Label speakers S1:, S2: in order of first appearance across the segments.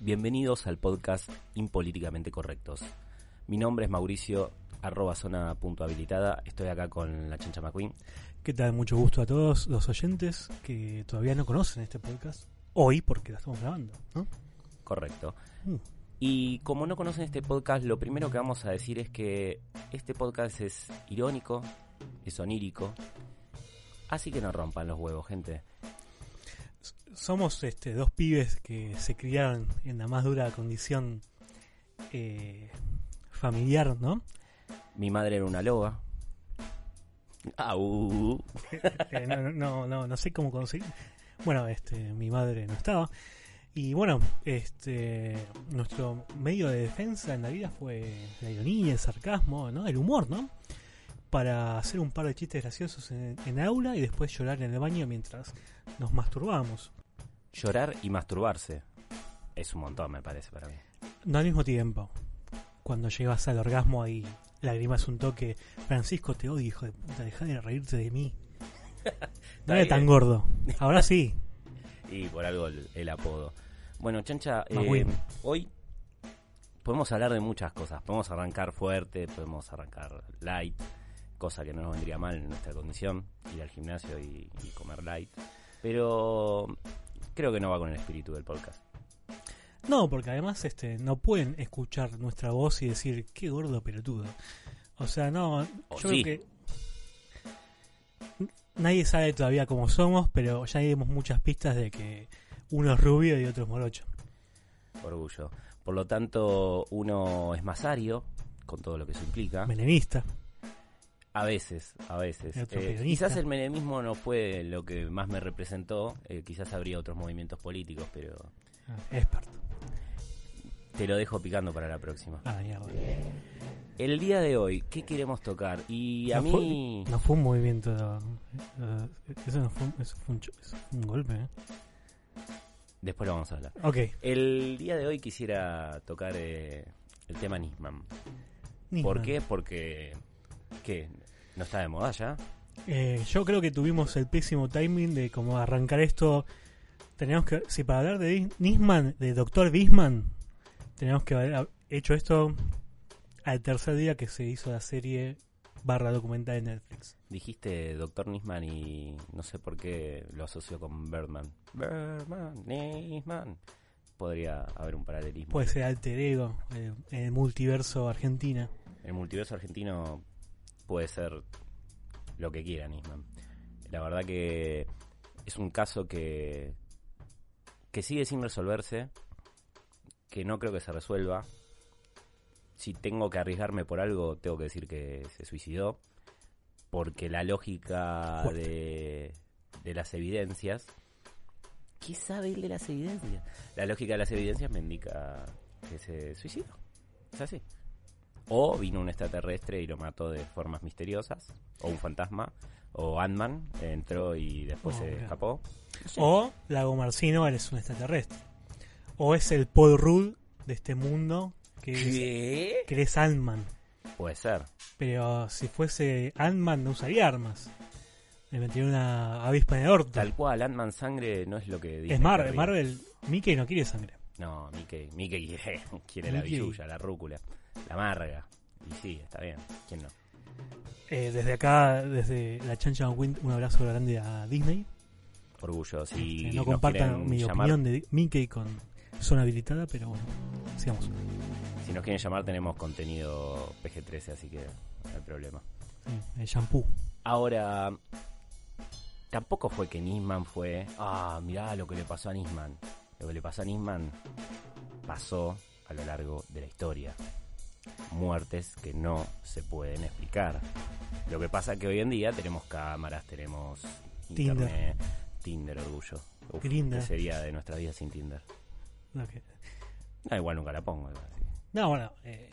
S1: Bienvenidos al podcast Impolíticamente Correctos. Mi nombre es Mauricio, arroba zona punto habilitada. Estoy acá con la Chencha McQueen.
S2: ¿Qué tal? Mucho gusto a todos los oyentes que todavía no conocen este podcast hoy porque la estamos grabando, ¿no?
S1: Correcto.
S2: Mm.
S1: Y como no conocen este podcast, lo primero que vamos a decir es que este podcast es irónico, es onírico. Así que no rompan los huevos, gente.
S2: S- Somos este, dos pibes que se criaron en la más dura condición eh, familiar, ¿no?
S1: Mi madre era una loba. Au.
S2: Eh, no, no, no, no, no sé cómo conseguir. Bueno, este, mi madre no estaba. Y bueno, este, nuestro medio de defensa en la vida fue la ironía, el sarcasmo, ¿no? El humor, ¿no? Para hacer un par de chistes graciosos en, en aula y después llorar en el baño mientras nos masturbábamos.
S1: Llorar y masturbarse. Es un montón, me parece, para mí.
S2: No al mismo tiempo. Cuando llegas al orgasmo ahí, lágrimas un toque. Francisco, te odio, hijo de puta, deja de reírte de mí. No era
S1: bien.
S2: tan gordo. Ahora sí.
S1: Y por algo el, el apodo. Bueno, Chancha,
S2: Más
S1: eh,
S2: bueno.
S1: hoy podemos hablar de muchas cosas. Podemos arrancar fuerte, podemos arrancar light, cosa que no nos vendría mal en nuestra condición, ir al gimnasio y, y comer light. Pero creo que no va con el espíritu del podcast.
S2: No, porque además este, no pueden escuchar nuestra voz y decir, qué gordo pelotudo. O sea, no,
S1: O
S2: yo
S1: sí.
S2: creo que nadie sabe todavía cómo somos, pero ya dimos muchas pistas de que uno es rubio y otro es morocho.
S1: Orgullo. Por lo tanto, uno es masario, con todo lo que eso implica.
S2: Menemista.
S1: A veces, a veces.
S2: El otro
S1: Eh,
S2: peronista.
S1: quizás el menemismo no fue lo que más me representó, eh, quizás habría otros movimientos políticos, pero
S2: Experto.
S1: te lo dejo picando para la próxima.
S2: Ah, mierda.
S1: El día de hoy, ¿qué queremos tocar? Y a
S2: No fue-
S1: mí...
S2: No fue un movimiento. eh, eso no fue, un- eso fue un, cho- eso fue un golpe, ¿eh?
S1: Después lo vamos a hablar.
S2: Ok.
S1: El día de hoy quisiera tocar eh, el tema Nisman. ¿Por
S2: Nisman.
S1: qué? Porque... ¿Qué? ¿No está de moda ya?
S2: Eh, yo creo que tuvimos el pésimo timing de como arrancar esto. Teníamos que. Si para hablar de Dis- Nisman, de Doctor Bisman, teníamos que haber ha- hecho esto al tercer día que se hizo la serie barra documental de Netflix.
S1: Dijiste Doctor Nisman y no sé por qué lo asocio con Birdman. Birdman, Nisman. Podría haber un paralelismo.
S2: Puede ser alter ego eh, en el multiverso argentina.
S1: El multiverso argentino puede ser lo que quiera Nisman. La verdad que es un caso que, que sigue sin resolverse, que no creo que se resuelva. Si tengo que arriesgarme por algo, tengo que decir que se suicidó, porque la lógica
S2: Fuerte.
S1: de, de las evidencias... ¿Qué sabe él de las evidencias? La lógica de las evidencias me indica que se suicidó. Es así. O vino un extraterrestre y lo mató de formas misteriosas. O un fantasma. O Ant-Man entró y después
S2: Oh,
S1: se
S2: mira.
S1: escapó.
S2: O Lago Marcino eres un extraterrestre. O es el Paul Rudd de este mundo que es,
S1: ¿Qué?
S2: que es Ant-Man.
S1: Puede ser.
S2: Pero si fuese Ant-Man no usaría armas. Le metería una avispa en el orto.
S1: Tal cual, Ant-Man sangre no es lo que dice.
S2: es Marvel, Marvel. Mickey no quiere sangre.
S1: No, Mickey, Mickey quiere, quiere la
S2: Mickey.
S1: billulla, la rúcula, la amarga. Y sí, está bien. ¿Quién no?
S2: Eh, desde acá, desde la chancha Wind, un abrazo grande a Disney.
S1: Orgullo. Si
S2: Eh, no
S1: nos
S2: compartan
S1: quieren
S2: mi
S1: llamar-
S2: opinión de Mickey con zona habilitada, pero bueno, sigamos.
S1: Si nos quieren llamar, tenemos contenido PG-13, así que no hay problema.
S2: Eh, el shampoo.
S1: Ahora, tampoco fue que Nisman fue, ah, mirá lo que le pasó a Nisman. Lo que le pasó a Nisman pasó a lo largo de la historia. Muertes que no se pueden explicar. Lo que pasa que hoy en día tenemos cámaras, tenemos
S2: Tinder.
S1: internet, Tinder, orgullo. Uf,
S2: Grindr.
S1: ¿qué sería de nuestra vida sin Tinder?
S2: No, que-
S1: No, igual nunca la pongo. igual, sí.
S2: no, bueno, eh,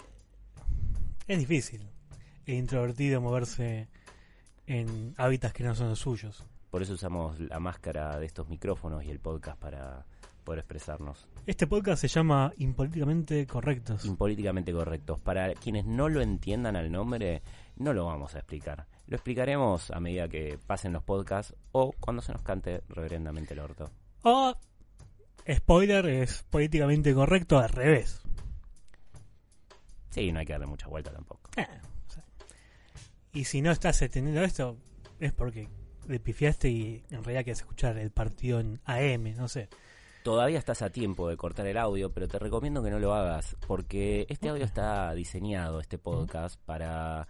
S2: es difícil. E introvertido moverse en hábitats que no son los suyos.
S1: Por eso usamos la máscara de estos micrófonos y el podcast para poder expresarnos.
S2: Este podcast se llama Impolíticamente Correctos.
S1: impolíticamente correctos. Para quienes no lo entiendan al nombre, no lo vamos a explicar. Lo explicaremos a medida que pasen los podcasts o cuando se nos cante reverendamente el orto.
S2: O Spoiler es políticamente correcto al revés.
S1: Sí, no hay que darle mucha vuelta tampoco.
S2: Eh, o sea. Y si no estás entendiendo esto, es porque le pifiaste y en realidad quieres escuchar el partido en AM, no sé.
S1: Todavía estás a tiempo de cortar el audio, pero te recomiendo que no lo hagas, porque este audio está diseñado, este podcast, para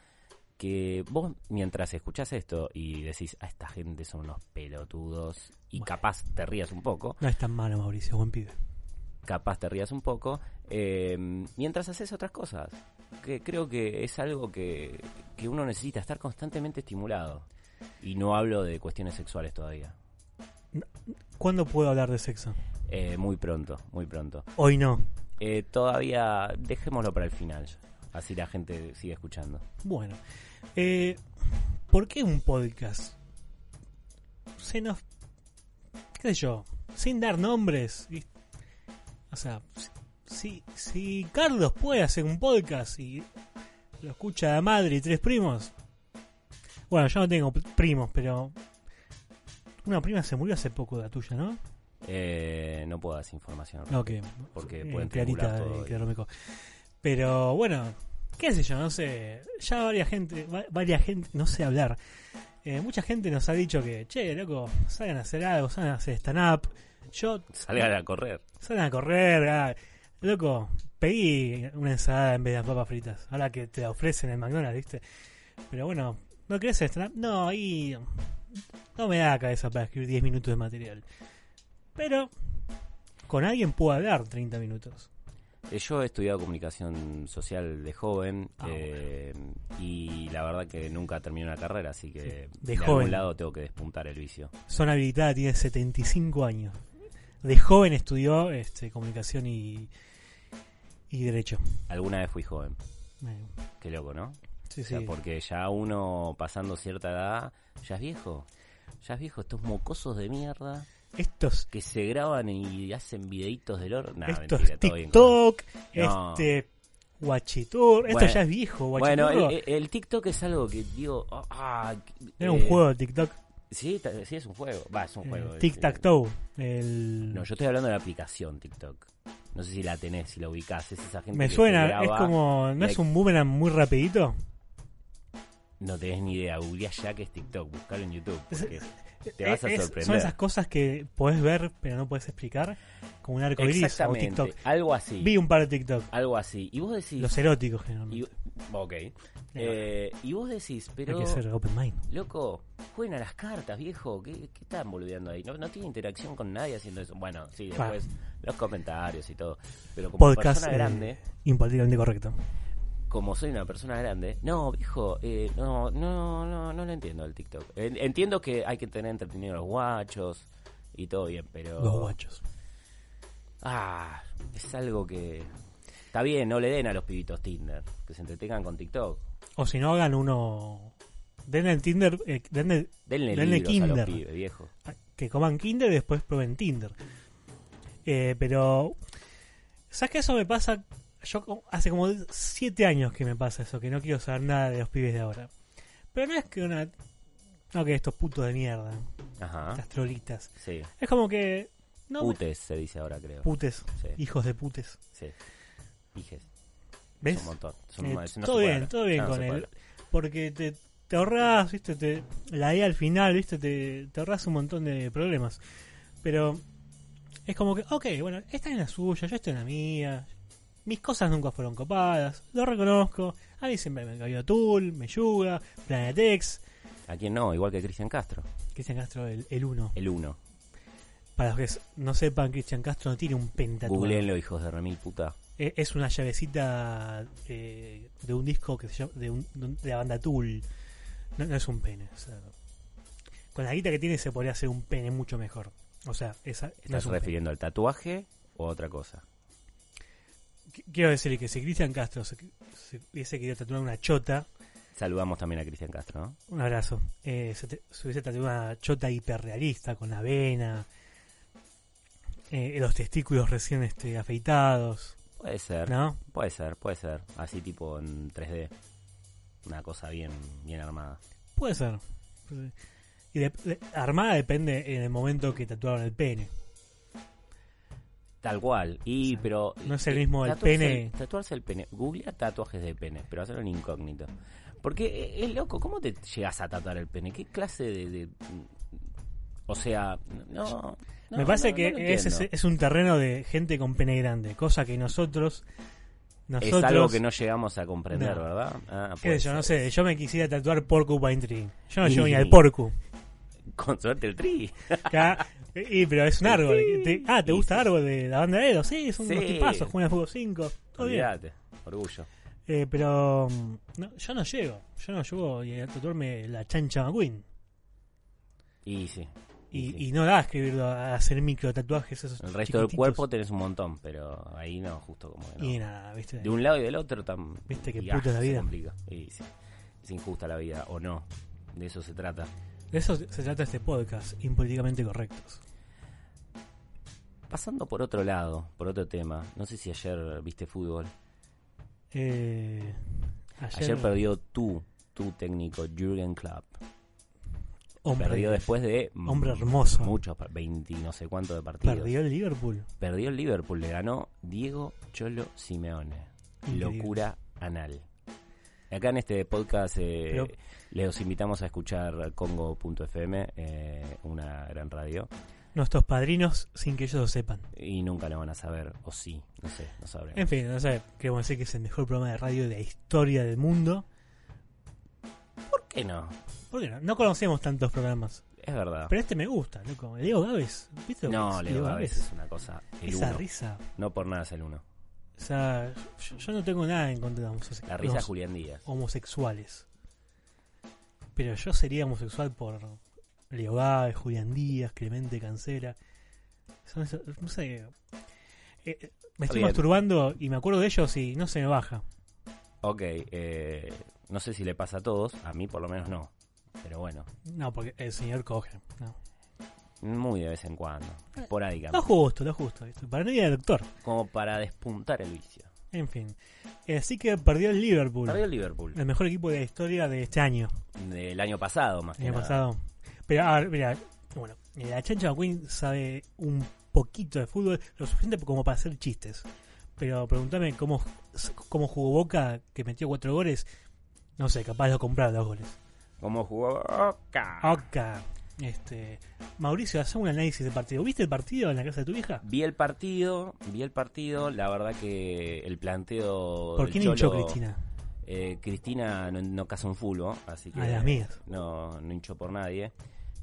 S1: que vos mientras escuchás esto y decís, a esta gente son unos pelotudos, y
S2: Bueno.
S1: capaz te rías un poco,
S2: No es tan malo, Mauricio, buen pibe.
S1: capaz te rías un poco, eh, mientras haces otras cosas. Que creo que es algo que, que uno necesita, estar constantemente estimulado. Y no hablo de cuestiones sexuales todavía.
S2: ¿Cuándo puedo hablar de sexo?
S1: Eh, muy pronto, muy pronto.
S2: Hoy no.
S1: Eh, todavía dejémoslo para el final. Así la gente sigue escuchando.
S2: Bueno, eh, ¿por qué un podcast? Se nos. ¿Qué sé yo? Sin dar nombres. ¿viste? O sea, si, si Carlos puede hacer un podcast y lo escucha la madre y tres primos. Bueno, yo no tengo pr- primos, pero. Una prima se murió hace poco, la tuya, ¿no?
S1: Eh, no puedo dar esa información.
S2: No, que.
S1: Porque
S2: eh,
S1: pueden
S2: Clarita
S1: triangular todo
S2: de
S1: y-
S2: Claromecó. Pero bueno, qué sé yo, no sé. Ya varias gente, va- varias gente, no sé hablar. Eh, mucha gente nos ha dicho que, che, loco, salgan a hacer algo, salgan a hacer stand-up. Yo,
S1: Salgan a correr.
S2: salgan a correr, ah, loco, pedí una ensalada en vez de las papas fritas. Ahora que te la ofrecen en McDonald's, ¿viste? Pero bueno, ¿no querés hacer stand-up? No, ahí no me da la cabeza para escribir 10 minutos de material. Pero con alguien puedo hablar 30 minutos.
S1: Eh, Yo he estudiado comunicación social de joven
S2: Ah,
S1: eh, y la verdad que nunca terminé una carrera, así que
S2: Sí, de
S1: algún
S2: joven.
S1: lado tengo que despuntar el vicio.
S2: Son habilitada, tiene 75 años. De joven estudió este, comunicación y, y derecho.
S1: Alguna vez fui joven,
S2: Eh,
S1: qué loco, ¿no?
S2: Sí,
S1: O sea,
S2: sí.
S1: porque ya uno pasando cierta edad, ya es viejo, ya es viejo, estos mocosos de mierda.
S2: Estos,
S1: que se graban y hacen videitos del oro. Nah,
S2: estos
S1: mentira, todo bien con
S2: TikTok,
S1: No.
S2: este Guachitur,
S1: Bueno.
S2: esto ya es viejo,
S1: eso. Bueno,
S2: Guachitur.
S1: el, el- el TikTok es algo que digo. ah, ah, eh,
S2: era un juego Eh, de TikTok,
S1: Sí, ta- sí, es un juego. Va, es un juego.
S2: Tic Tac Toe. El...
S1: No, yo estoy hablando de la aplicación TikTok. No sé si la tenés, si la ubicás. Es esa gente
S2: Me
S1: que se
S2: suena,
S1: graba,
S2: es como, ¿no
S1: y
S2: es
S1: hay-
S2: un boomerang muy rapidito?
S1: No tenés ni idea. Googleá ya que es TikTok. Buscalo en YouTube. Porque te
S2: Eh,
S1: vas a
S2: es-
S1: sorprender.
S2: Son esas cosas que podés ver pero no podés explicar, como un arco iris o
S1: Exactamente.
S2: TikTok.
S1: Algo así.
S2: Vi un par de TikTok,
S1: Algo así. Y vos decís.
S2: los eróticos generalmente.
S1: y, ok. Eh, y vos decís, pero.
S2: Hay que ser open mind.
S1: Loco, jueguen a las cartas, viejo. ¿Qué, qué están boludeando ahí? No, no tiene interacción con nadie haciendo eso. Bueno, sí,
S2: Claro.
S1: después los comentarios y todo. Pero como
S2: Podcast
S1: persona
S2: eh,
S1: grande,
S2: impolíticamente correcto.
S1: como soy una persona grande, no, viejo, eh, no, no, no, no lo entiendo el TikTok. En- Entiendo que hay que tener entretenido a los guachos y todo bien, pero.
S2: Los guachos.
S1: Ah, es algo que. Está bien, no le den a los pibitos Tinder, que se entretengan con TikTok.
S2: O si no, hagan uno. Den el Tinder. eh, den el-
S1: Denle,
S2: Denle
S1: libros a los
S2: Kinder.
S1: pibes, viejo.
S2: que coman Kinder y después prueben Tinder. Eh, pero. ¿Sabes que eso me pasa? Yo co- hace como 7 años que me pasa eso, que no quiero saber nada de los pibes de ahora. Pero no es que una. No, que estos putos de mierda,
S1: Ajá.
S2: estas trolitas.
S1: Sí.
S2: Es como que. No, me-
S1: Putes se dice ahora, creo.
S2: putes,
S1: Sí.
S2: hijos de putes.
S1: Sí. Hijes.
S2: ¿Ves?
S1: Es un montón. Son
S2: Eh,
S1: ma- no
S2: todo
S1: se
S2: bien,
S1: puede hablar.
S2: todo bien
S1: No, no
S2: con
S1: se puede
S2: él.
S1: hablar.
S2: Porque te, te ahorras, viste, te, la E al final, viste, te, te ahorras un montón de problemas. Pero es como que, ok, bueno, esta es la suya, yo estoy en la mía. Mis cosas nunca fueron copadas, lo reconozco. A mí siempre me cayó Tool, Meyuga, Planetex.
S1: ¿A quién no? Igual que Cristian Castro.
S2: Cristian Castro, el, el uno.
S1: El 1.
S2: Para los que s- no sepan, Cristian Castro no tiene un pentatuaje.
S1: Googleenlo, hijos de remil puta.
S2: Eh, Es una llavecita eh, de un disco que se llama, de, un- de un- de la banda Tool. No, no es un pene. o sea, con la guita que tiene se podría hacer un pene mucho mejor. O sea, esa, no
S1: ¿Estás
S2: es un pene.
S1: refiriendo al tatuaje o a otra cosa?
S2: Qu- Quiero decirle que si Cristian Castro se, se hubiese querido tatuar una chota,
S1: Saludamos también a Cristian Castro, ¿no?
S2: un abrazo, eh, se, te- se hubiese tatuado una chota hiperrealista con avena, eh, los testículos recién este, afeitados,
S1: Puede ser,
S2: ¿no?
S1: puede ser, puede ser. Así tipo en 3D. Una cosa bien, bien armada.
S2: Puede ser. Y de- de- armada depende en el momento que tatuaron el pene.
S1: Tal cual. Y,
S2: Sí.
S1: pero.
S2: No es el mismo el
S1: tatuarse
S2: pene.
S1: tatuarse el pene. Googlea tatuajes de pene, pero hacerlo en incógnito. Porque eh, es loco, ¿cómo te llegas a tatuar el pene? ¿Qué clase de. de- mm, o sea, no. no,
S2: Me parece
S1: no,
S2: que
S1: no lo
S2: es,
S1: entiendo.
S2: es un terreno de gente con pene grande, cosa que nosotros.
S1: Es
S2: Nosotros,
S1: algo que no llegamos a comprender,
S2: No.
S1: ¿verdad? Ah,
S2: qué
S1: puede
S2: sé yo, no
S1: ser.
S2: sé, yo me quisiera tatuar Porcupine Tree. Yo no
S1: Y-
S2: llevo ni al Porcu.
S1: Con suerte el tri.
S2: Acá- y, pero es un árbol. Te- ah,
S1: Sí,
S2: ¿te gusta
S1: sí.
S2: árbol de la banda de Edo? Sí, son unos
S1: Sí.
S2: tipazos, juegan al fútbol 5. Todo bien.
S1: Olvídate. Orgullo.
S2: Eh, pero mm, no, yo no llego. Yo no llego y a tatuarme la chancha McQueen.
S1: Y sí.
S2: Y,
S1: sí.
S2: y no da a escribirlo, a hacer micro tatuajes. Esos
S1: El resto del
S2: chiquititos.
S1: cuerpo tenés un montón, pero ahí no, justo como que no.
S2: Y nada, ¿viste?
S1: De un lado y del otro tan...
S2: Viste qué
S1: y, ah,
S2: puta la
S1: se
S2: vida.
S1: complica. Y sí, es injusta la vida, o no. De eso se trata.
S2: De eso se trata este podcast, Impolíticamente Correctos.
S1: Pasando por otro lado, por otro tema. No sé si ayer viste fútbol.
S2: Eh, ayer,
S1: Ayer perdió tú, tu técnico, Jürgen Klopp.
S2: hombre,
S1: perdió después de... mm,
S2: hombre hermoso.
S1: Muchos, par- 20 y no sé cuánto de partidos.
S2: perdió el Liverpool.
S1: Perdió el Liverpool, le ganó Diego Cholo Simeone.
S2: Increíble.
S1: Locura anal. Acá en este podcast eh,
S2: Pero-
S1: les invitamos a escuchar Congo.fm, eh, una gran radio.
S2: Nuestros padrinos, sin que ellos lo sepan.
S1: Y nunca lo van a saber, o sí, no sé, no sabremos.
S2: En fin, no sé, queremos decir que es el mejor programa de radio de la historia del mundo.
S1: ¿Por qué no?
S2: Porque no, no conocemos tantos programas.
S1: Es verdad.
S2: Pero este me gusta, loco. Leo Gávez, ¿viste? lo que
S1: Ah. no,
S2: es
S1: Leo, a veces es una cosa. El
S2: Esa
S1: uno.
S2: risa.
S1: No por nada es el uno.
S2: O sea, yo, yo no tengo nada en contra de homose-
S1: La risa
S2: los
S1: es Julián Díaz.
S2: homosexuales. Pero yo sería homosexual por Leo Gávez, Julián Díaz, Clemente Cancela. Son esos- no sé. Eh, me estoy
S1: bien.
S2: masturbando y me acuerdo de ellos y no se me baja.
S1: Ok, eh, no sé si le pasa a todos, a mí por lo menos no. Pero bueno,
S2: No, porque el señor coge. No,
S1: muy de vez en cuando. Esporádicamente.
S2: lo justo, lo justo. ¿viste? Paranoia del doctor.
S1: como para despuntar el vicio.
S2: En fin. Eh, Así que perdió el Liverpool.
S1: Perdió el Liverpool
S2: El mejor equipo de la historia de este año.
S1: del año pasado, más que
S2: El año
S1: nada.
S2: pasado. Pero, a ver, mira, bueno, eh, la chancha McQueen sabe un poquito de fútbol, lo suficiente como para hacer chistes. Pero preguntame cómo, cómo jugó Boca, que metió cuatro goles. No sé, capaz lo compraron los goles.
S1: ¿Cómo jugó Boca?
S2: Oca. Este, Mauricio, hace un análisis del partido. ¿Viste el partido en la casa de tu vieja?
S1: Vi el partido, vi el partido, la verdad que el planteo
S2: ¿Por
S1: del
S2: quién hinchó
S1: Cholo-
S2: Cristina?
S1: Eh, Cristina no, no caza un fulbo, así que
S2: A las mías.
S1: no, no hinchó por nadie.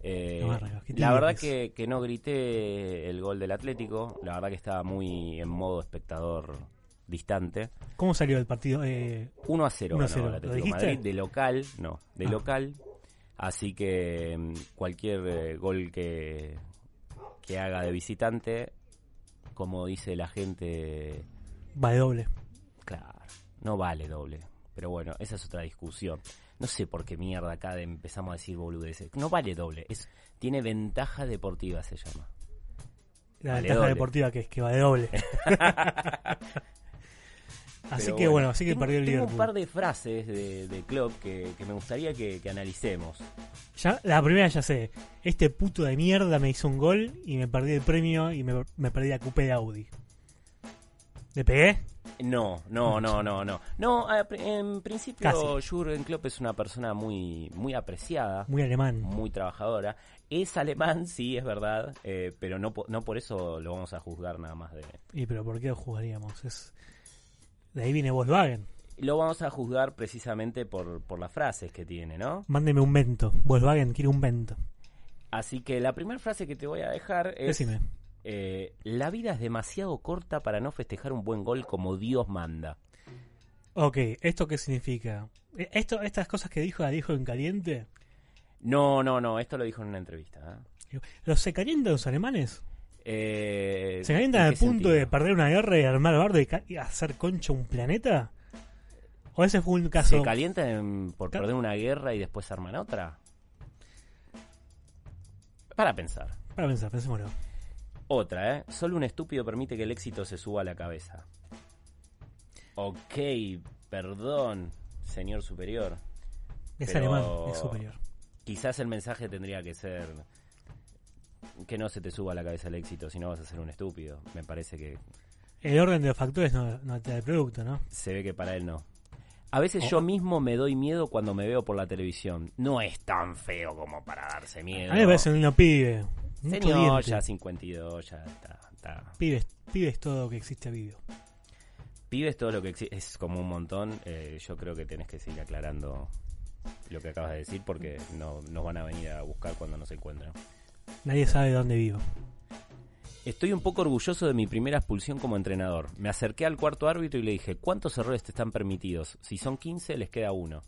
S1: Eh,
S2: No, Barragán, ¿qué te
S1: la verdad
S2: dices?
S1: que, que no grité el gol del Atlético, la verdad que estaba muy en modo espectador distante.
S2: ¿Cómo salió el partido? Eh,
S1: 1 a 0
S2: 1 a
S1: ganó
S2: 0.
S1: el
S2: ¿Lo
S1: Atlético
S2: dijiste?
S1: Madrid de local, no, de
S2: Ah.
S1: local. Así que mm, cualquier eh, gol que, que haga de visitante, como dice la gente,
S2: va de doble.
S1: claro, no vale doble. Pero bueno, esa es otra discusión. No sé por qué mierda acá de- empezamos a decir boludeces. No vale doble, es tiene ventaja deportiva se llama.
S2: La
S1: Vale,
S2: ventaja
S1: doble.
S2: deportiva que es que va de doble. así
S1: Pero
S2: que bueno, así que
S1: Tengo-
S2: perdió el
S1: tengo
S2: Liverpool.
S1: un par de frases de, de Klopp que, que me gustaría que, que analicemos.
S2: Ya, la primera ya sé. Este puto de mierda me hizo un gol y me perdí el premio y me, me perdí la coupé de Audi. ¿Le pegué?
S1: No, no, no, no, no. No, a- en principio
S2: Casi.
S1: Jürgen Klopp es una persona muy, muy apreciada,
S2: Muy alemán.
S1: muy trabajadora. Es alemán, sí, es verdad, eh, pero no, po- no por eso lo vamos a juzgar nada más de...
S2: Y pero ¿por qué lo jugaríamos? Es... De ahí viene Volkswagen.
S1: Lo vamos a juzgar precisamente por, por las frases que tiene, ¿no?
S2: Mándeme un vento. Volkswagen quiere un vento.
S1: Así que la primera frase que te voy a dejar es...
S2: Decime.
S1: eh, la vida es demasiado corta para no festejar un buen gol como Dios manda.
S2: Ok, ¿esto qué significa? Eh, Esto, estas cosas que dijo, las dijo en caliente.
S1: No, no, no, esto lo dijo en una entrevista. ¿eh?
S2: ¿Los se calientan los alemanes?
S1: Eh,
S2: ¿Se
S1: ¿en
S2: calientan al
S1: qué
S2: punto de
S1: sentido?
S2: perder una guerra y armar bardo y, ca- y hacer concha un planeta? ¿O ese fue un caso?
S1: ¿Se calientan en- por
S2: Ca-
S1: perder una guerra y después arman otra? Para pensar.
S2: Para pensar, pensémoslo.
S1: Otra, ¿eh? Solo un estúpido permite que el éxito se suba a la cabeza. Ok, perdón, señor superior.
S2: Es
S1: Pero-
S2: alemán, es superior.
S1: Quizás el mensaje tendría que ser... que no se te suba a la cabeza el éxito, si no vas a ser un estúpido. Me parece que
S2: El orden de los factores no, no altera el producto, ¿no?
S1: se ve que para él no. A veces
S2: Oh.
S1: yo mismo me doy miedo cuando me veo por la televisión. No es tan feo como para darse miedo.
S2: A mí me parece un lindo pibe. Mucho
S1: Señor,
S2: diente.
S1: ya 52, ya está. está.
S2: Pibes, pibes todo que existe vivo.
S1: Pibes todo lo que existe, es como un montón. eh, yo creo que tenés que seguir aclarando lo que acabas de decir porque no nos van a venir a buscar cuando nos encuentren.
S2: Nadie sabe dónde vivo.
S1: Estoy un poco orgulloso de mi primera expulsión como entrenador. Me acerqué al cuarto árbitro y le dije, ¿cuántos errores te están permitidos? Si son 15, les queda uno.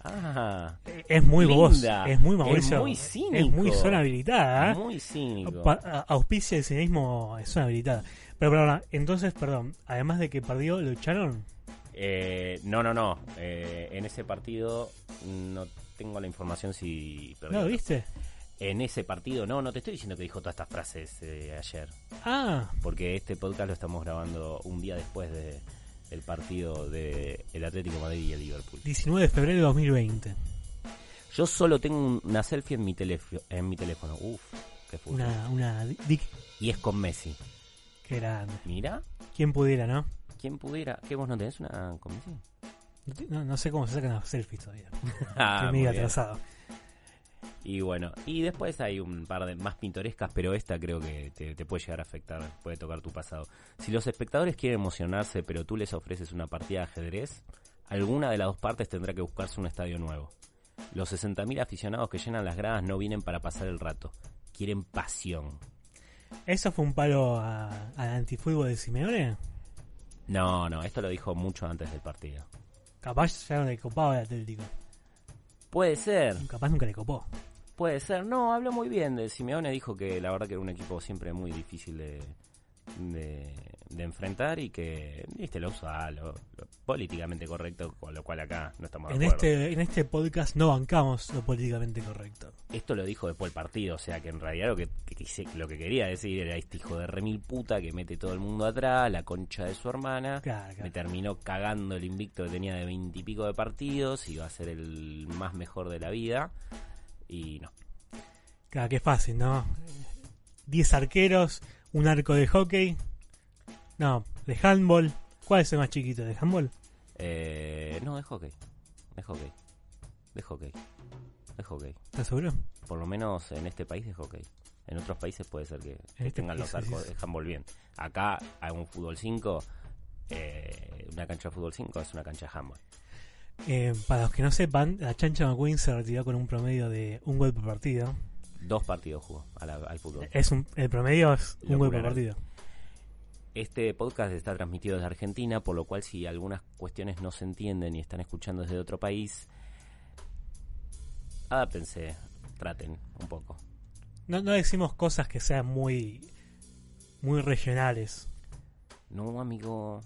S1: Ah,
S2: Es muy
S1: Linda.
S2: vos, es muy
S1: Es
S2: Mauricio.
S1: muy cínico.
S2: Es muy zona habilitada. ¿eh?
S1: muy cínico.
S2: Pa- a- auspicia el cinismo es una habilitada. Pero, pero, ahora, entonces, perdón, además de que perdió, lo echaron.
S1: Eh, no, no, no. Eh, en ese partido no tengo la información si... perdí.
S2: ¿No lo viste?
S1: En ese partido, no, no te estoy diciendo que dijo todas estas frases eh, ayer.
S2: Ah,
S1: Porque este podcast lo estamos grabando un día después de- del partido de el Atlético de Madrid y el Liverpool.
S2: 19 de febrero de 2020.
S1: Yo solo tengo un- una selfie en mi teléfono. En mi teléfono. Uf, qué fútbol.
S2: Una, una Dick.
S1: Y es con Messi.
S2: Qué grande.
S1: Mira,
S2: ¿Quién pudiera, no?
S1: ¿quién pudiera? ¿Qué vos no tenés una con Messi?
S2: No te- No, no sé cómo se sacan las selfies todavía.
S1: Ah,
S2: Qué
S1: muy
S2: mega
S1: bien.
S2: atrasado.
S1: Y bueno, y después hay un par de más pintorescas, pero esta creo que te, te puede llegar a afectar, puede tocar tu pasado. Si los espectadores quieren emocionarse, pero tú les ofreces una partida de ajedrez, alguna de las dos partes tendrá que buscarse un estadio nuevo. Los 60.000 aficionados que llenan las gradas no vienen para pasar el rato, quieren pasión.
S2: ¿Eso fue un palo a- al antifútbol de Simeone?
S1: No, no, esto lo dijo mucho antes del partido.
S2: Capaz ya no le copaba el Atlético.
S1: Puede ser,
S2: Capaz nunca le copó.
S1: puede ser. No, habló muy bien de Simeone, dijo que la verdad que era un equipo siempre muy difícil de, de, de enfrentar y que, viste, lo usa lo, lo políticamente correcto, con lo cual acá no estamos
S2: En
S1: de acuerdo.
S2: este, en este podcast no bancamos lo políticamente correcto.
S1: Esto lo dijo después del partido, o sea que en realidad lo que, que quise- lo que quería decir era este hijo de remil puta que mete todo el mundo atrás, la concha de su hermana.
S2: Claro,
S1: Me
S2: claro.
S1: terminó cagando el invicto que tenía de veintipico de partidos, iba a ser el más mejor de la vida. Y no.
S2: Claro, qué fácil, ¿no? 10 arqueros, un arco de hockey. No, de handball. ¿Cuál es el más chiquito? ¿De handball?
S1: Eh, no, de hockey. De hockey. De hockey. De hockey.
S2: ¿Estás seguro?
S1: Por lo menos en este país de hockey. En otros países puede ser que, que
S2: este
S1: tengan los
S2: país, sí,
S1: arcos
S2: sí.
S1: de handball bien. Acá, a un fútbol 5, eh, una cancha de fútbol 5 es una cancha de handball.
S2: Eh, para los que no sepan, la chancha McQueen se retiró con un promedio de un gol por partido.
S1: Dos partidos jugó a la- al fútbol.
S2: Es un, el promedio es un gol por
S1: Locura,
S2: partido.
S1: Este podcast está transmitido desde Argentina, por lo cual si algunas cuestiones no se entienden y están escuchando desde otro país, adáptense, traten un poco.
S2: No, no decimos cosas que sean muy, muy regionales.
S1: No, amigo.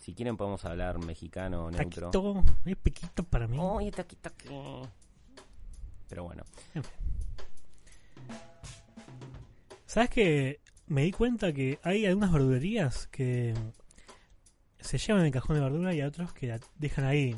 S1: Si quieren podemos hablar mexicano, neutro.
S2: Taquito, es pequito para mí.
S1: Oye, taqui, taqui. Pero bueno.
S2: ¿Sabes que me di cuenta que hay algunas verdulerías que se llevan el cajón de verdura y a otros que la dejan ahí?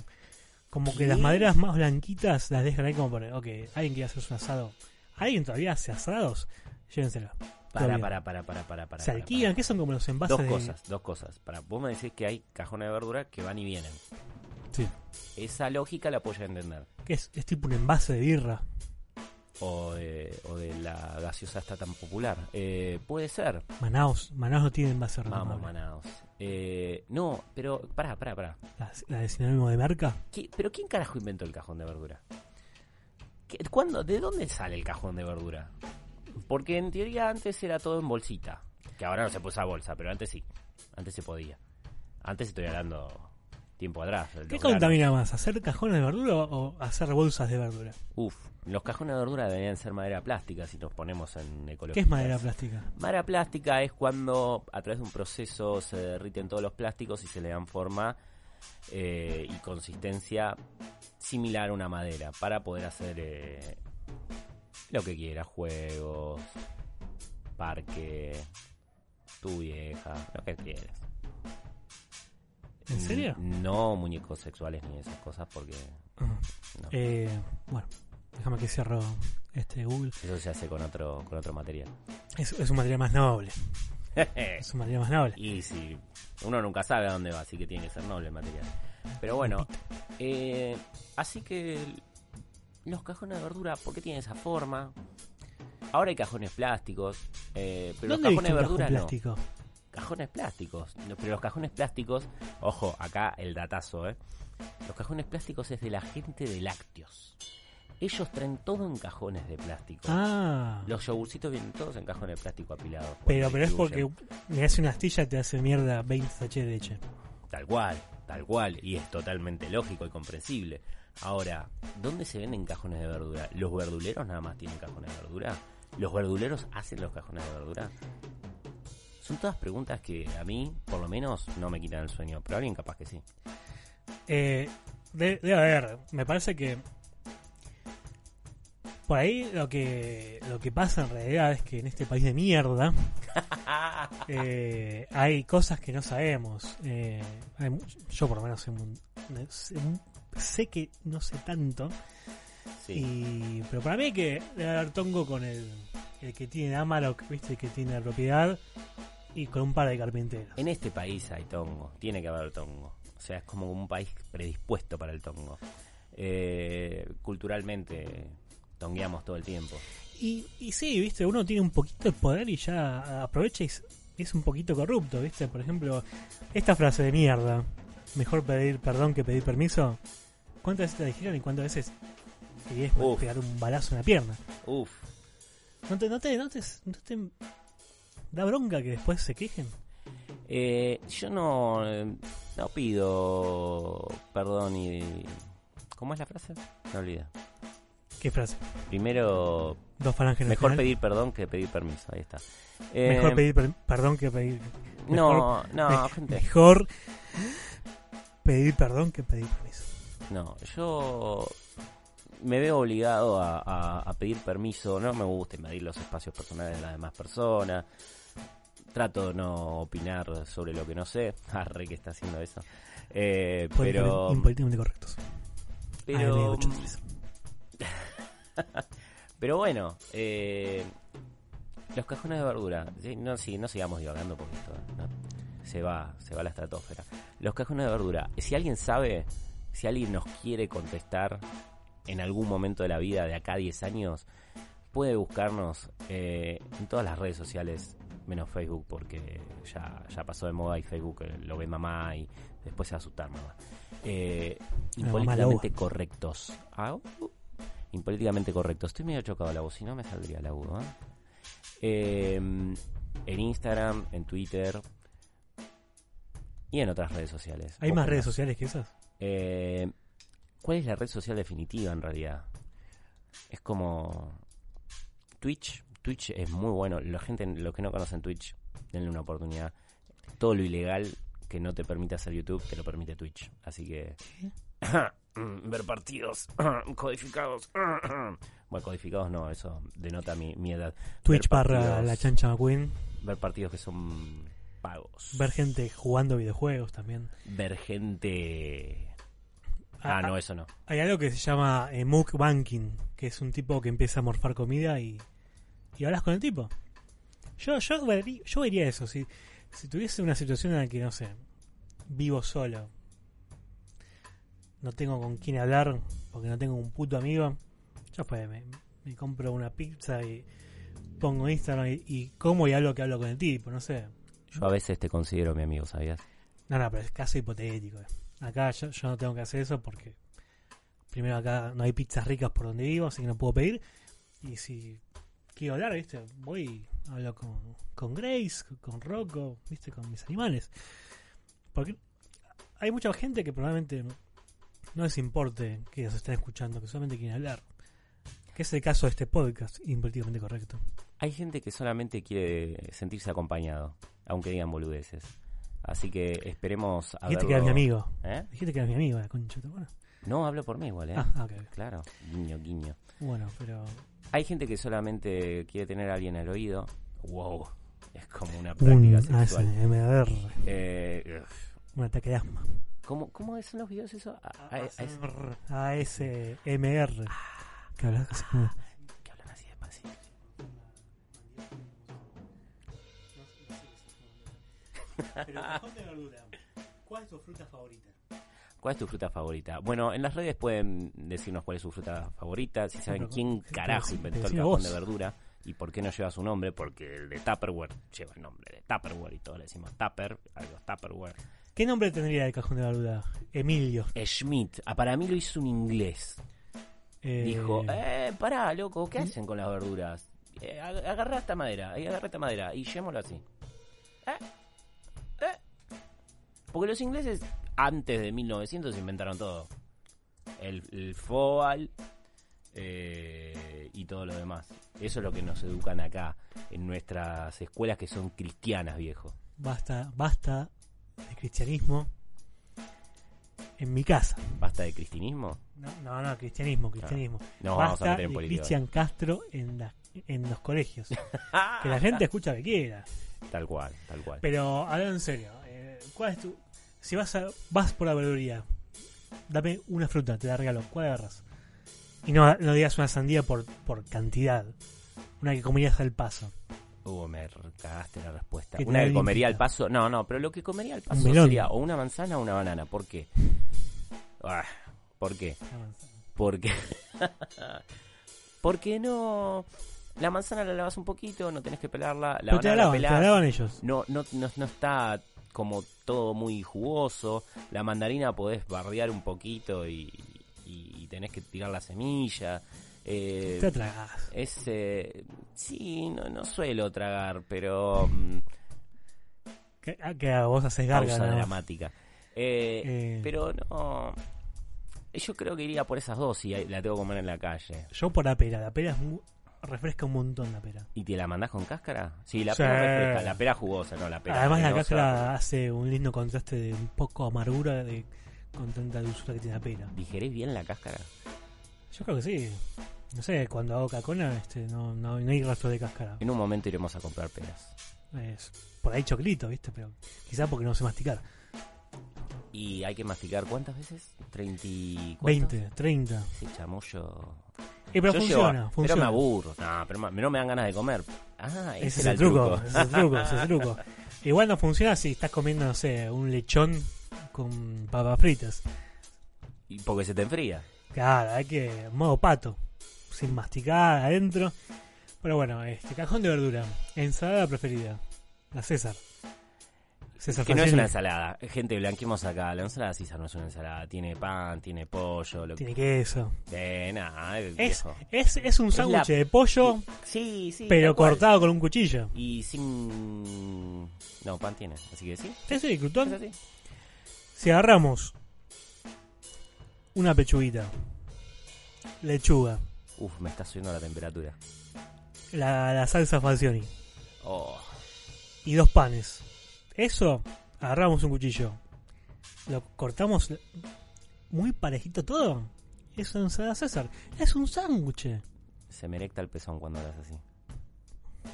S2: Como que
S1: ¿Qué?
S2: las maderas más blanquitas las dejan ahí como por, ok, alguien quiere hacerse un asado. ¿Alguien todavía hace asados? Llévensela. Todo
S1: Para,
S2: bien.
S1: para, para, para, para, para.
S2: se
S1: para,
S2: alquilan,
S1: para.
S2: que son como los envases
S1: Dos
S2: de...
S1: cosas, dos cosas. Para, vos me decís que hay cajones de verdura que van y vienen.
S2: Sí.
S1: Esa lógica la puedo llegar a entender.
S2: Que es, es tipo un envase de birra.
S1: O de, o de la gaseosa está tan popular. Eh, puede ser.
S2: Manaos, Manaos no tiene envase
S1: Vamos,
S2: retornable.
S1: manados. Eh, no, pero pará, pará, pará.
S2: La, la de sinónimo de marca.
S1: ¿Qui- ¿Pero quién carajo inventó el cajón de verdura? ¿Qué- ¿Cuándo, ¿De dónde sale el cajón de verdura? Porque en teoría antes era todo en bolsita. Que ahora no se puede usar bolsa, pero antes sí. Antes se podía. Antes estoy hablando tiempo atrás. los
S2: ¿Qué
S1: granos.
S2: contamina más? ¿Hacer cajones de verdura o hacer bolsas de verdura?
S1: Uf, los cajones de verdura deberían ser madera plástica si nos ponemos en ecología.
S2: ¿Qué es madera plástica?
S1: Madera plástica es cuando a través de un proceso se derriten todos los plásticos y se le dan forma eh, y consistencia similar a una madera para poder hacer eh, lo que quiera, juegos, parque, tu vieja, lo que quieras.
S2: ¿En serio?
S1: No muñecos sexuales ni esas cosas porque...
S2: Ah.
S1: no.
S2: Eh, bueno, déjame que cierro este Google.
S1: Eso se hace con otro, con otro material.
S2: Es, es un material más noble. Es un material más noble.
S1: y si uno nunca sabe a dónde va, así que tiene que ser noble el material. Pero bueno, eh, así que el- los cajones de verdura, ¿por qué tienen esa forma? Ahora hay cajones plásticos, eh, pero los
S2: ¿Dónde viste
S1: cajones
S2: un
S1: de
S2: cajón
S1: verdura no.
S2: plástico?
S1: Cajones plásticos, No, pero los cajones plásticos, ojo, acá el datazo, ¿eh? Los cajones plásticos es de la gente de lácteos. Ellos traen todo en cajones de plástico.
S2: Ah,
S1: Los yogurcitos vienen todos en cajones de plástico apilados. pues,
S2: pero,
S1: Cuando
S2: pero es porque
S1: distribuyen.
S2: le hace una astilla y te hace mierda 20 sachets de leche.
S1: Tal cual, tal cual. Y es totalmente lógico y comprensible. Ahora, ¿dónde se venden cajones de verdura? ¿Los verduleros nada más tienen cajones de verdura? ¿Los verduleros hacen los cajones de verdura? Son todas preguntas que a mí, por lo menos, no me quitan el sueño. Pero a alguien capaz que sí.
S2: Eh, de- debe haber, me parece que por ahí lo que lo que pasa en realidad es que en este país de mierda eh, hay cosas que no sabemos. Eh, hay mu- yo por lo menos sé mun- sé, sé que no sé tanto,
S1: Sí.
S2: y, pero para mí hay que debe haber tongo con el, el que tiene Amarok, viste, el que tiene la propiedad y con un par de carpinteros.
S1: En este país hay tongo, tiene que haber tongo. O sea, es como un país predispuesto para el tongo. Eh, culturalmente, tongueamos todo el tiempo.
S2: Y, y sí, viste, uno tiene un poquito de poder y ya aprovecha y es- es un poquito corrupto, viste. Por ejemplo, esta frase de mierda, mejor pedir perdón que pedir permiso. ¿Cuántas veces te la dijeron y cuántas veces querías
S1: Uf.
S2: pegar un balazo en la pierna?
S1: Uf,
S2: ¿No te, no, te, no, te, no te da bronca que después se quejen?
S1: Eh, yo no, eh, no pido perdón y... ¿Cómo es la frase? No olvida.
S2: ¿Qué frase?
S1: Primero,
S2: Dos falanges en el
S1: mejor
S2: final.
S1: pedir perdón que pedir permiso. Ahí está. Eh,
S2: mejor pedir per- perdón que pedir.
S1: No, no,
S2: mejor-
S1: gente.
S2: Mejor pedir perdón que pedir permiso.
S1: No, yo me veo obligado a, a- a pedir permiso, no me gusta invadir los espacios personales de las demás personas, trato de no opinar sobre lo que no sé, arre que está haciendo eso, Eh, pero,
S2: Políticamente- Impolíticamente correctos. AM
S1: pero,
S2: 803.
S1: pero bueno, eh, los cajones de verdura, sí, no, sí, no sigamos divagando porque esto ¿no? se va, se va a la estratosfera. Los cajones de verdura, si alguien sabe, si alguien nos quiere contestar en algún momento de la vida de acá a 10 años, puede buscarnos eh, en todas las redes sociales, menos Facebook, porque ya, ya pasó de moda y Facebook eh, lo ve mamá y después se va a asustar mamá. Eh,
S2: La mamá
S1: impolíticamente correctos. Ah, uh, impolíticamente correctos. Estoy medio chocado la voz, si no me saldría la U. ¿eh? Eh, en Instagram, en Twitter y en otras redes sociales.
S2: ¿Hay más
S1: Búsquennos.
S2: redes sociales que esas?
S1: Eh, ¿Cuál es la red social definitiva en realidad? Es como Twitch. Twitch es muy bueno. La gente, los que no conocen Twitch, denle una oportunidad. Todo lo ilegal que no te permite hacer YouTube, te lo permite Twitch. Así que... ver partidos codificados. bueno, codificados no, eso denota mi, mi edad.
S2: Twitch
S1: Ver
S2: barra
S1: partidos.
S2: la chancha McQueen.
S1: Ver partidos que son pagos.
S2: Ver gente jugando videojuegos también.
S1: Ver gente... Ah,
S2: Ah,
S1: no, eso no.
S2: Hay algo que se llama eh, mukbanking, que es un tipo que empieza a morfar comida y, y hablas con el tipo. Yo, yo, verí- yo vería eso. Si, si tuviese una situación en la que, no sé, vivo solo, no tengo con quién hablar porque no tengo un puto amigo, yo pues me, me compro una pizza y pongo Instagram y, y como y hablo que hablo con el tipo, no sé.
S1: Yo a veces te considero mi amigo, ¿sabías?
S2: No, no, pero es caso hipotético. eh. Acá yo, yo no tengo que hacer eso porque primero acá no hay pizzas ricas por donde vivo, así que no puedo pedir. Y si quiero hablar, viste, voy y hablo con, con Grace, con Rocco, viste, con mis animales. Porque hay mucha gente que probablemente no les importe que los estén escuchando, que solamente quieren hablar. Que es el caso de este podcast, impolíticamente correcto.
S1: Hay gente que solamente quiere sentirse acompañado, aunque digan boludeces. Así que esperemos a
S2: Dijiste que
S1: verlo-
S2: eras mi amigo.
S1: ¿Eh?
S2: Dijiste que eras mi amigo, la concha. de tu hermana.
S1: No, hablo por mí igual, ¿eh?
S2: Ah, ok. ok.
S1: Claro, guiño, guiño.
S2: Bueno, pero...
S1: Hay gente que solamente quiere tener a alguien al oído. Wow, es como una
S2: Un
S1: práctica sexual.
S2: ASMR,
S1: Eh, uf.
S2: un ataque de asma.
S1: ¿Cómo, ¿Cómo son los videos eso? Ah,
S2: Ah, e,
S1: A- a- a-
S2: ASMR. Que hablas así como-
S1: que hablan así.
S2: Pero cajón de verdura. ¿Cuál es tu fruta favorita?
S1: ¿Cuál es tu fruta favorita? Bueno, en las redes pueden decirnos cuál es su fruta favorita, si saben
S2: pero-
S1: quién
S2: pero
S1: carajo
S2: decí-
S1: inventó el
S2: decime
S1: cajón
S2: vos.
S1: de verdura y por qué no lleva su nombre, porque el de Tupperware lleva el nombre de Tupperware y todos le decimos Tupper, a los Tupperware.
S2: ¿Qué nombre tendría el cajón de verdura? Emilio.
S1: Schmidt, ah, para mí lo hizo un inglés.
S2: Eh,
S1: Dijo, eh, pará, loco, ¿qué hacen con las verduras? Eh, ag- agarrá esta madera, y agarrá esta madera, y llémoslo así. Eh, eh. Porque los ingleses, antes de 1900, inventaron todo. El, el foal eh, y todo lo demás. Eso es lo que nos educan acá, en nuestras escuelas que son cristianas, viejo.
S2: Basta, basta de cristianismo en mi casa.
S1: ¿Basta de cristinismo?
S2: No, no, no, cristianismo, cristianismo.
S1: No, vamos a
S2: basta
S1: meter en
S2: de
S1: política.
S2: Cristian Castro en, la- en los colegios. que
S1: ¡Ah!
S2: la gente escucha lo que quiera.
S1: Tal cual, tal cual.
S2: Pero hablando en serio, eh, ¿cuál es tu. Si vas a, vas por la verduría, dame una fruta, te la regalo, ¿cuál agarras? Y no, no digas una sandía por, por cantidad, una que comerías al paso.
S1: Uh, me r- cagaste la respuesta.
S2: Que te
S1: Una
S2: da
S1: que comería al
S2: limpita.
S1: paso. No, no, pero lo que comería al paso
S2: melón.
S1: sería o una manzana o una banana. ¿Por qué? Ah, ¿Por qué? Porque. Porque no. La manzana la lavas un poquito, no tenés que pelarla. La
S2: Pero te
S1: banana
S2: la
S1: la
S2: lavan, te la
S1: pelás.
S2: lavan ellos.
S1: No, no, no, no está como todo muy jugoso. La mandarina podés bardear un poquito y, y- y tenés que tirar la semilla. Eh,
S2: Te la tragás.
S1: es. eh, sí, no, no suelo tragar, pero. mm,
S2: Que, ah, que vos haces
S1: pausa
S2: garganta. nada más.
S1: dramática. Eh,
S2: Eh,
S1: Pero no. Yo creo que iría por esas dos si la tengo que comer en la calle.
S2: Yo por la pera, la pera es mu- refresca un montón la pera.
S1: ¿Y te la mandás con cáscara? Sí, la
S2: Sí.
S1: pera refresca, la pera jugosa, no la pera.
S2: Además la
S1: venenosa.
S2: cáscara hace un lindo contraste de un poco amargura de, con tanta dulzura que tiene la pera.
S1: ¿Digerís bien la cáscara?
S2: Yo creo que sí. No sé, cuando hago cacona, este, no, no, no hay rastro de cáscara.
S1: En un momento iremos a comprar peras.
S2: Es por ahí choclito, ¿viste? Pero quizás porque no sé masticar.
S1: ¿Y hay que masticar cuántas veces? ¿30?
S2: 20, 30.
S1: Sí, chamuyo.
S2: Eh, pero
S1: Yo
S2: funciona,
S1: llevo-
S2: funciona.
S1: Pero me aburro. No, pero ma- no me dan ganas de comer. Ah, ese,
S2: Ese es
S1: era
S2: el
S1: el
S2: truco, ese es el truco, ese es el truco. Igual no funciona si estás comiendo, no sé, un lechón con papas fritas.
S1: Y porque se te enfría.
S2: Claro, hay que. modo pato. Sin masticar adentro. Pero bueno, este cajón de verdura. Ensalada preferida. La César. César
S1: Que no es
S2: Francini.
S1: una ensalada. Eh, Gente, blanqueemos acá. La ensalada César no es una ensalada. Tiene pan, tiene pollo, lo que...
S2: Tiene queso.
S1: Eh, nada, eh,
S2: Es,
S1: viejo.
S2: es, es un
S1: Es
S2: sándwich
S1: la-
S2: de pollo,
S1: Sí, sí.
S2: pero
S1: tal cual.
S2: cortado con un cuchillo.
S1: Y sin... No, pan tiene. Así que sí.
S2: Eso y
S1: es
S2: crutón.
S1: así.
S2: Si agarramos una pechuguita, lechuga,
S1: Uf, me está subiendo la temperatura.
S2: la, la salsa falcioni
S1: Oh,
S2: y dos panes, eso agarramos un cuchillo, lo cortamos muy parejito todo. Es una ensalada César. Es un sándwich.
S1: se me erecta el pezón cuando hablas así.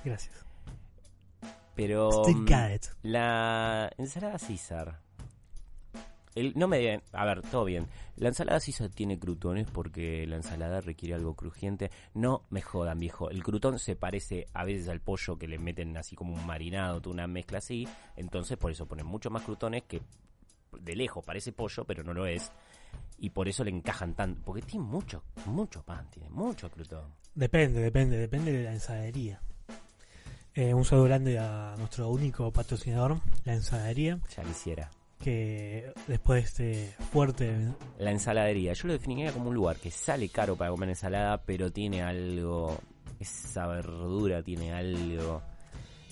S2: Gracias.
S1: Pero...
S2: Still
S1: mm,
S2: got it.
S1: La ensalada César. El- no me digan, a ver, todo bien. La ensalada César tiene crutones porque la ensalada requiere algo crujiente. No me jodan, viejo. El crutón se parece a veces al pollo que le meten así como un marinado, toda una mezcla así. Entonces por eso ponen mucho más crutones que de lejos parece pollo, pero no lo es. Y por eso le encajan tanto. Porque tiene mucho, mucho pan, tiene mucho crutón.
S2: Depende, depende, depende de la ensaladería. Eh, un saludo grande a nuestro único patrocinador, la ensaladería,
S1: Ya quisiera.
S2: que después de este fuerte...
S1: La ensaladería, yo lo definiría como un lugar que sale caro para comer ensalada, pero tiene algo. Esa verdura tiene algo.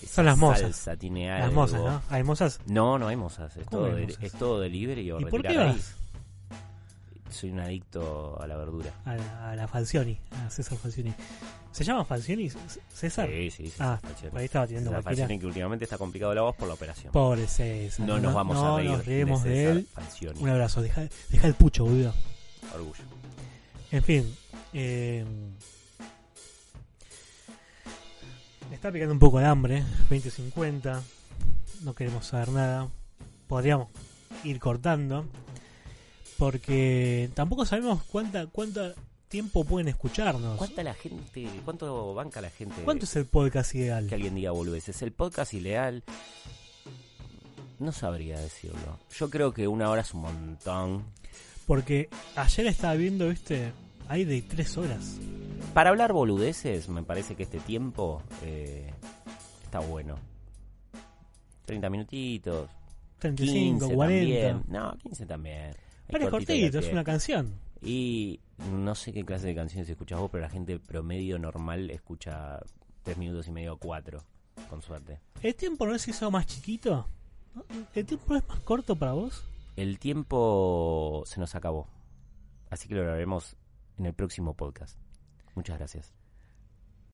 S1: esa
S2: Son las mozas.
S1: salsa tiene algo.
S2: Las mozas, ¿no? Hay mozas.
S1: No, no hay mozas. Es,
S2: ¿Cómo
S1: todo,
S2: no hay
S1: de-
S2: mozas?
S1: es todo delivery o
S2: ¿Y por
S1: retirar
S2: qué
S1: ahí.
S2: vas
S1: Soy un adicto a la verdura.
S2: a la, a la Falcioni? A César Falcioni. ¿Se llama Falcioni? C- ¿César?
S1: Sí, sí, sí.
S2: Ah,
S1: Falcioni.
S2: por ahí estaba tirando
S1: César
S2: cualquiera.
S1: Falcioni, que últimamente está complicado la voz por la operación.
S2: Pobre César.
S1: no nos vamos
S2: no
S1: a reír.
S2: nos reiremos de,
S1: César
S2: él.
S1: Falcioni.
S2: Un abrazo. Deja, deja el pucho, boludo.
S1: Orgullo.
S2: En fin. eh, me está picando un poco el hambre. 20.50. No queremos saber nada. Podríamos ir cortando. Porque tampoco sabemos cuánta, cuánta tiempo pueden escucharnos?
S1: ¿Cuánta la gente, cuánto banca la gente
S2: ¿Cuánto es el podcast ideal?
S1: que alguien diga boludeces? El podcast ilegal no sabría decirlo. Yo creo que una hora es un montón.
S2: Porque ayer estaba viendo, viste, hay de tres horas.
S1: Para hablar boludeces, me parece que este tiempo eh, está bueno. 30 minutitos,
S2: 35,
S1: 15
S2: 40.
S1: también. No, 15 también. Hay
S2: Pero es
S1: cortito de
S2: cortito, es
S1: pie.
S2: una canción.
S1: Y no sé qué clase de canciones escuchas vos, pero la gente promedio normal escucha 3 minutos y medio o 4, con suerte.
S2: ¿El tiempo no se hizo más chiquito? ¿No? ¿El tiempo es más corto para vos?
S1: El tiempo se nos acabó, así que lo hablaremos en el próximo podcast. Muchas gracias.